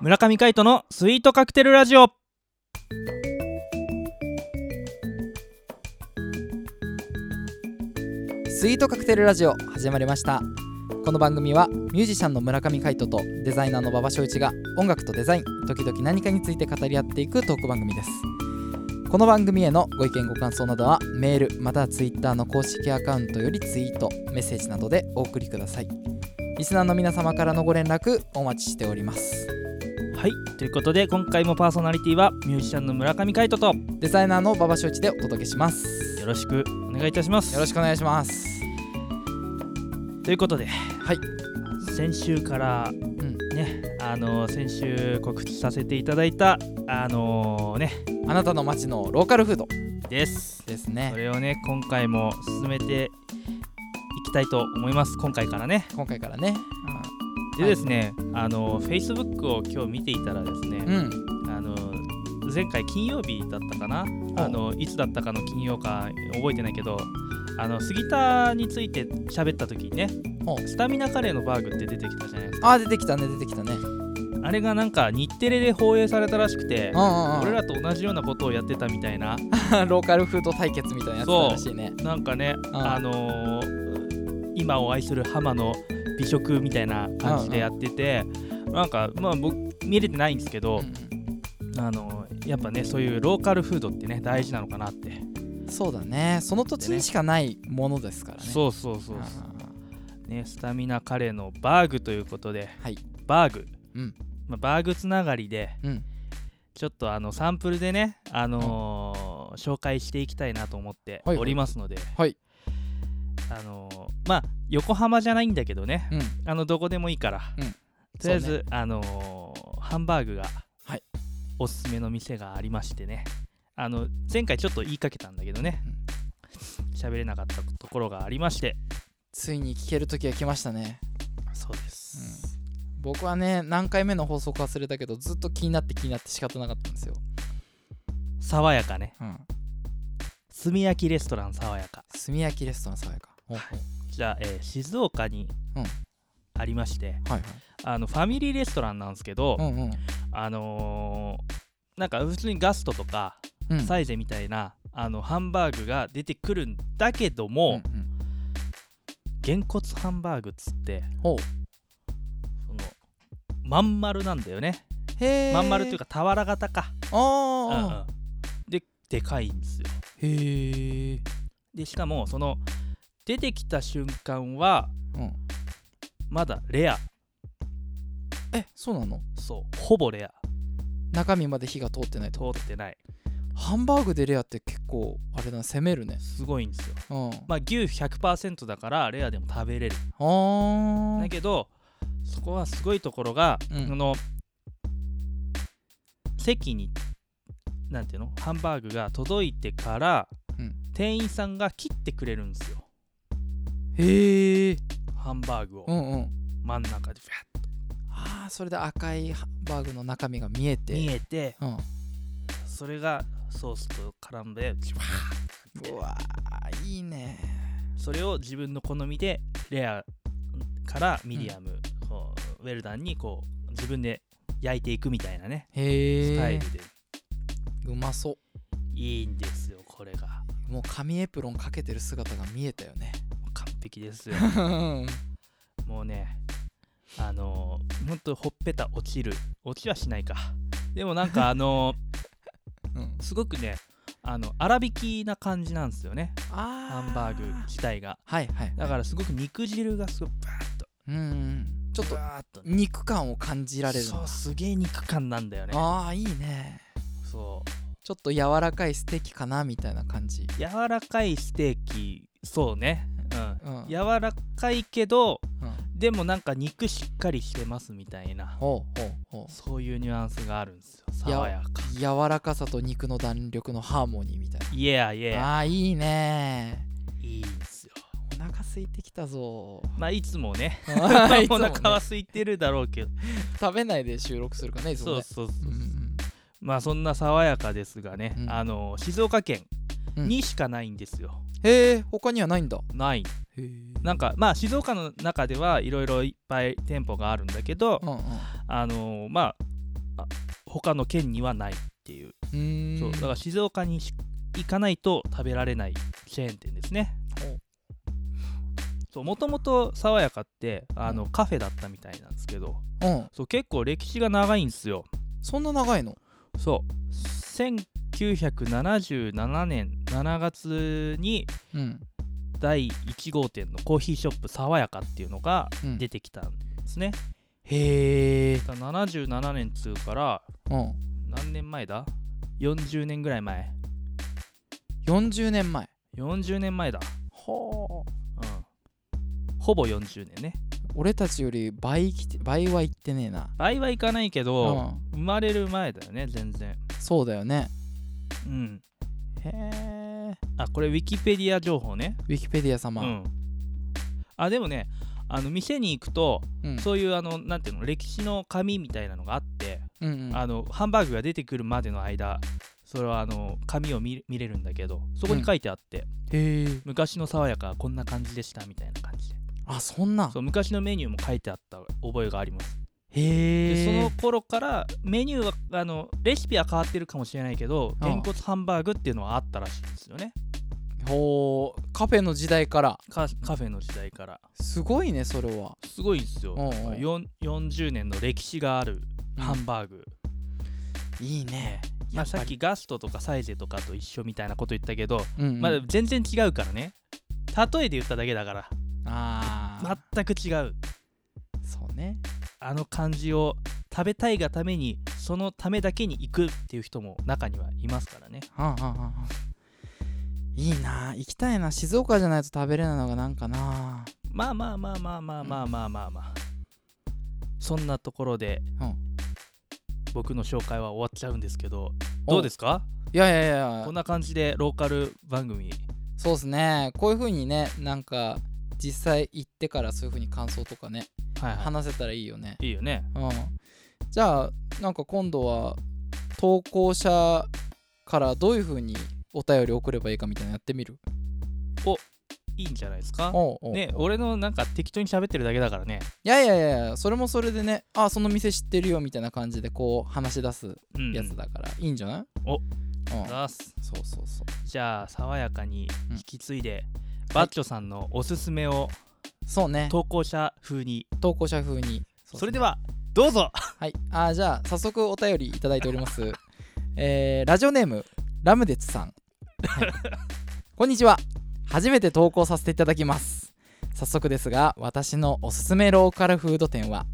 村上海人のスイートカクテルラジオスイートカクテルラジオ始まりましたこの番組はミュージシャンの村上海人とデザイナーの馬場翔一が音楽とデザイン時々何かについて語り合っていくトーク番組ですこの番組へのご意見ご感想などはメールまたはツイッターの公式アカウントよりツイートメッセージなどでお送りくださいリスナーの皆様からのご連絡お待ちしておりますはいということで今回もパーソナリティはミュージシャンの村上海人とデザイナーの馬場翔一でお届けしますよろしくお願いいたしますよろしくお願いしますということではい先週から、んねあの先週告知させていただいたあのねあなたの街のローカルフードですですそねれをね今回も進めていきたいと思います今回からね今回からねではいですね、あの Facebook を今日見ていたらですね、うんあの前回金曜日だったかなあのいつだったかの金曜か覚えてないけどあの杉田について喋った時にねほうスタミナカレーのバーグって出てきたじゃないですかあー出てきたね出てきたねあれがなんか日テレで放映されたらしくてうんうんうん俺らと同じようなことをやってたみたいな ローカルフード対決みたいなやつそうらしいねなんかねんあのー今を愛する浜の美食みたいな感じでやっててなんかまあ僕見れてないんですけどうんうんあのーやっぱねそういうローカルフードってね大事なのかなってそうだねその土地にしかないものですからねそうそうそうあそーうねスタミナカレーのバーグということで、はいバーグ、うんまあ、バーグつながりでうんちょっとあのサンプルでね、あのー紹介していきたいなと思ってはいはいおりますので、はいあのーまあ横浜じゃないんだけどねうんあのどこでもいいから、うんとりあえず、そうあのーハンバーグがはいおすすめの店がありましてねあの前回ちょっと言いかけたんだけどね喋れなかったところがありましてついに聞ける時が来ましたねそうです、僕はね何回目の放送か忘れたけどずっと気になって気になって仕方なかったんですよ、爽やかねうん、炭焼きレストラン爽やか炭焼きレストラン爽やかほうほうじゃあ、えー静岡にうんありまして、はいあのファミリーレストランなんですけど、はいうんうんあのーなんか普通にガストとかうんサイゼみたいな、あのハンバーグが出てくるんだけどうんうも、んげんこつハンバーグっつってほそのまん丸なんだよね、うへえまん丸っていうかか俵型か、うんうんあででかいんですよーへえでしかもその出てきた瞬間はうんまだレアえそうなのそうほぼレア中身まで火が通ってないと通ってないハンバーグでレアって結構あれだね攻めるねすごいんですようんまあ牛100%だからレアでも食べれるあーだけどそこはすごいところが、うんその席になんていうのハンバーグが届いてから、うん店員さんが切ってくれるんですよへえハンバーグをうんうん真ん中でフィャッああそれで赤いハンバーグの中身が見えてて見えてうんそれがソースと絡んでジュワーうわーいいねそれを自分の好みでレアからミディアム、こうウェルダンにこう自分で焼いていくみたいなねスタへイえルでうまそいいんですよこれがうもう紙エプロンかけてる姿が見えたよね完璧ですよ うんもうねあのー、ほんとほっぺた落ちる落ちはしないかでもなんかあのーすごくねあの粗挽きな感じなんですよねハハンバーグ自体がはいはいだからすごく肉汁がすごいバーッとうんうんちょっとバーッとね肉感を感じられるんだそうすげえ肉感なんだよねああいいねそうちょっと柔らかいステーキかなみたいな感じ柔らかいステーキそうねうん、うん柔らかいけどうんでもなんか肉しっかりしてますみたいなほうほうほうそういうニュアンスがあるんですよ爽やか柔らかさと肉の弾力のハーモニーみたいいやいやなあーいいねいいんですよお腹空いてきた ぞまあいつもねいつもね お腹は空いてるだろうけど食べないで収録するからねいつもそうねそうそう、うんうんまあそんな爽やかですがね、うんあの静岡県うんにしかないんですよ。へえ他にはないんだない。へえなんかまあ静岡の中ではいろいろいっぱい店舗があるんだけど、うんうんうあのーまああ他の県にはないっていう。ーんそうだから静岡にし行かないと食べられないチェーン店ですねお。そうもともと爽やかってあの、カフェだったみたいなんですけどうんそう結構歴史が長いんですよそんな長いのそう1977年7月にうん第1号店のコーヒーショップ爽やかっていうのがうん出てきたんですね、へえだから77年っつうからうん何年前だ ?40 年ぐらい前40年前40年前だはあうん、ほぼ40年ね俺たちより倍来て倍は行ってねえな倍はいかないけうど、ん生まれる前だよね全然そうだよねうんへえあこれウィキペディア情報ねウィキペディア様、うんあでもねあの店に行くと、うんそういうあのなんていうの歴史の紙みたいなのがあって、うんうんあのハンバーグが出てくるまでの間それはあの紙を見見れるんだけどそこに書いてあって、へえ昔の爽やかはこんな感じでしたみたいな感じであそんなそう昔のメニューも書いてあった覚えがありますへでえその頃からメニューはあのレシピは変わってるかもしれないけどああげんこつハンバーグっていうのはあったらしいんですよねほうカフェの時代からカカフェの時代からすごいねそれはすごいんですよおうおうよん40年の歴史があるハンバーグ、いいねまあ、やっぱさりっきガストとかサイゼとかと一緒みたいなこと言ったけど、うんうんまあ全然違うからね例えで言っただけだからあー全く違うそうねあの感じを食べたいがためにそのためだけに行くっていう人も中にはいますからねはんはんはんはんいいな行きたいな静岡じゃないと食べれないのがなんかなまあまあまあまあまあまあまあまあまあ、そんなところで、うん僕の紹介は終わっちゃうんですけどどうですかいやいやいやこんな感じでローカル番組そうですねこういう風にねなんか実際行ってからそういう風に感想とかねはい、は話せたらいいよねい、いいよねうんじゃあなんか今度は投稿者からどういう風にお便り送ればいいかみたいなのやってみるいいんじゃないですかおうおうね俺のなんか適当に喋ってるだけだからねいやいやいやいやそれもそれでねあその店知ってるよみたいな感じでこう話し出すうんやつだから、いいんじゃないおうんざっすそうそうそうじゃあ爽やかに引き継いで、いバッチョさんのおすすめをそうね投稿者風に、投稿者風にうっすねそれではどうぞはいあーじゃあ早速お便りいただいております えーラジオネームラムデツさん、はい こんにちは初めて投稿させていただきます早速ですが私のおすすめローカルフード店は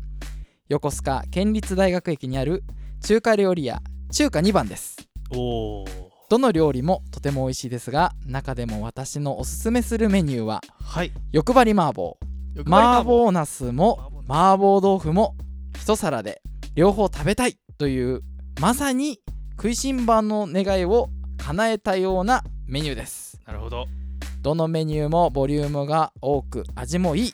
横須賀県立大学駅にある中華料理屋中華2番ですおおどの料理もとても美味しいですが中でも私のおすすめするメニューははい欲張り麻婆麻婆ナスも麻婆豆腐も一皿で両方食べたいというまさに食いしん坊の願いを叶えたようなメニューですなるほどどのメニューもボリュームが多く味もいい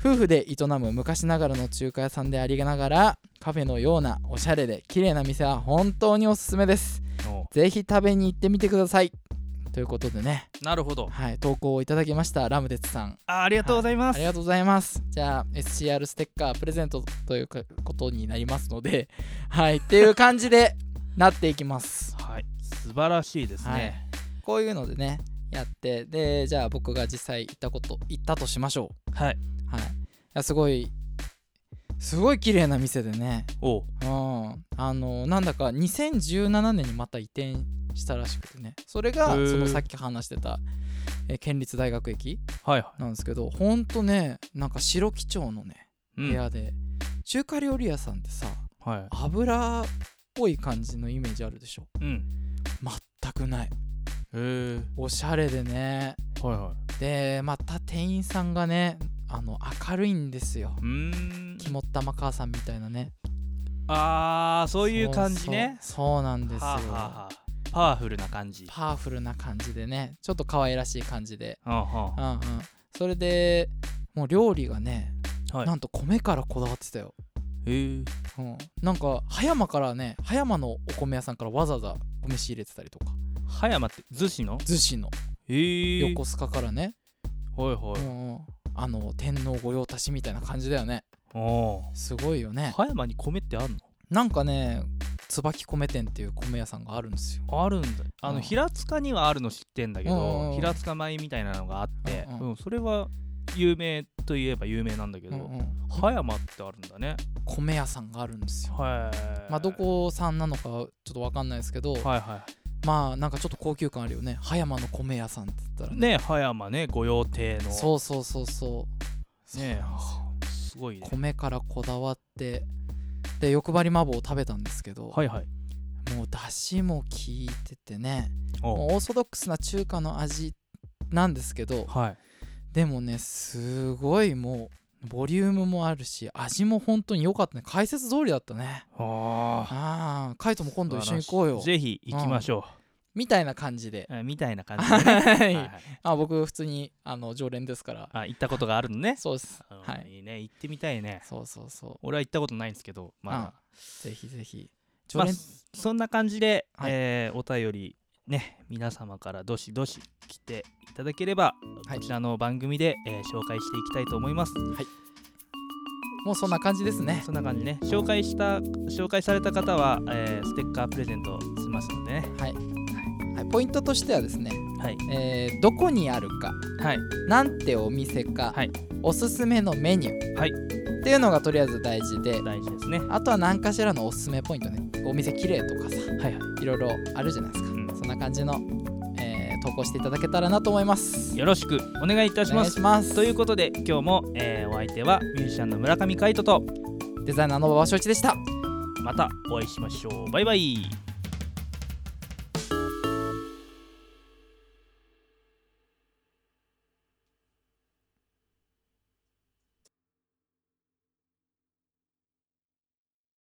夫婦で営む昔ながらの中華屋さんでありながらカフェのようなおしゃれで綺麗な店は本当におすすめですおぜひ食べに行ってみてくださいということでね、なるほどはい、投稿をいただきましたラムデツさんあありがとうございます、ありがとうございます。じゃあ、SCR ステッカープレゼントというかことになりますので、 はい、っていう感じでなっていきます。はい、素晴らしいですはいね。こういうのでね、やって、で、じゃあ僕が実際行ったこと、行ったとしましょはい。う。はい。いやすごい、すごい綺麗な店でね、おううん。あの、なんだか2017年にまた移転したらしくてね、それが、へーそのさっき話してた、えー県立大学駅はいはなんですけど、ほんとね、なんか白基調のね、い。う部ん、はい。屋で、中華料理屋さんってさ油っぽい感じのイメージあるでしょうん。全くないへえ。おしゃれでねはいはでまた店員さんがねあの明るいんですよい。うーん。肝っ玉母さんみたいなねああ、そういう感じね。そうそうそうなんですよはあはあはあパワフルな感じ。パワフルな感じでねちょっと可愛らしい感じでうんうんうんうんそれでもう料理がね、はいなんと米からこだわってたよ、へえ。うん、なんか葉山からね葉山のお米屋さんからわざわざお飯入れてたりとか葉山って逗子の逗子のへえ横須賀からね、はいはうい、んうんあの天皇御用達みたいな感じだよねおすごいよね葉山に米ってあるなんかね椿米店っていう米屋さんがあるんですよのあるんだあの、うん平塚にはあるの知ってんだけど、うんうんうん平塚米みたいなのがあって、ううんんうんそれは有名といえば有名なんだけど、うんうん葉山ってあるんだね米屋さんがあるんですよはいまあどこさんなのかちょっとわかんないですけど、はいはまあなんかちょっと高級感あるよね葉山の米屋さんって言ったらいねね葉山ね御用邸のそうそうそうそうそうねなんですよすごいね米からこだわってで欲張り麻婆を食べたんですけど、はいはいもうだしも効いててねもおうオーソドックスな中華の味なんですけどはいでもねすごいもうボリュームもあるし味も本当に良かったね解説通りだったねあああカイトも今度一緒に行こうよぜひ行きましょみたいな感じでう、えみたいな感じでね、 ははいい、はいあ僕普通にあの常連ですからあ行ったことがあるのねそうですうん はいいいね行ってみたいねそうそうそう俺は行ったことないんですけどまあ、ぜひぜひま常あ連そんな感じで、はいえーお便りね皆様からどしどし来ていただければ、はいこちらの番組で、えー紹介していきたいと思いますもうそんな感じですねそんな感じね紹介した紹介された方は、えーステッカープレゼントしますのでねはい、はい、ポイントとしてはですね、はいえーどこにあるかはいなんてお店か、はいおすすめのメニュー、はいっていうのがとりあえず大事で大事ですねあとは何かしらのおすすめポイントねお店綺麗とかさはいはいろいろあるじゃないですか、うんそんな感じの、えー投稿していただけたらなと思いますいよろしくお願いいたしお願まいすしますということで今日も、えーお相手はミュージシャンの村上海人とデザイナーの馬場翔一でしたまたお会いしましょうバイバイ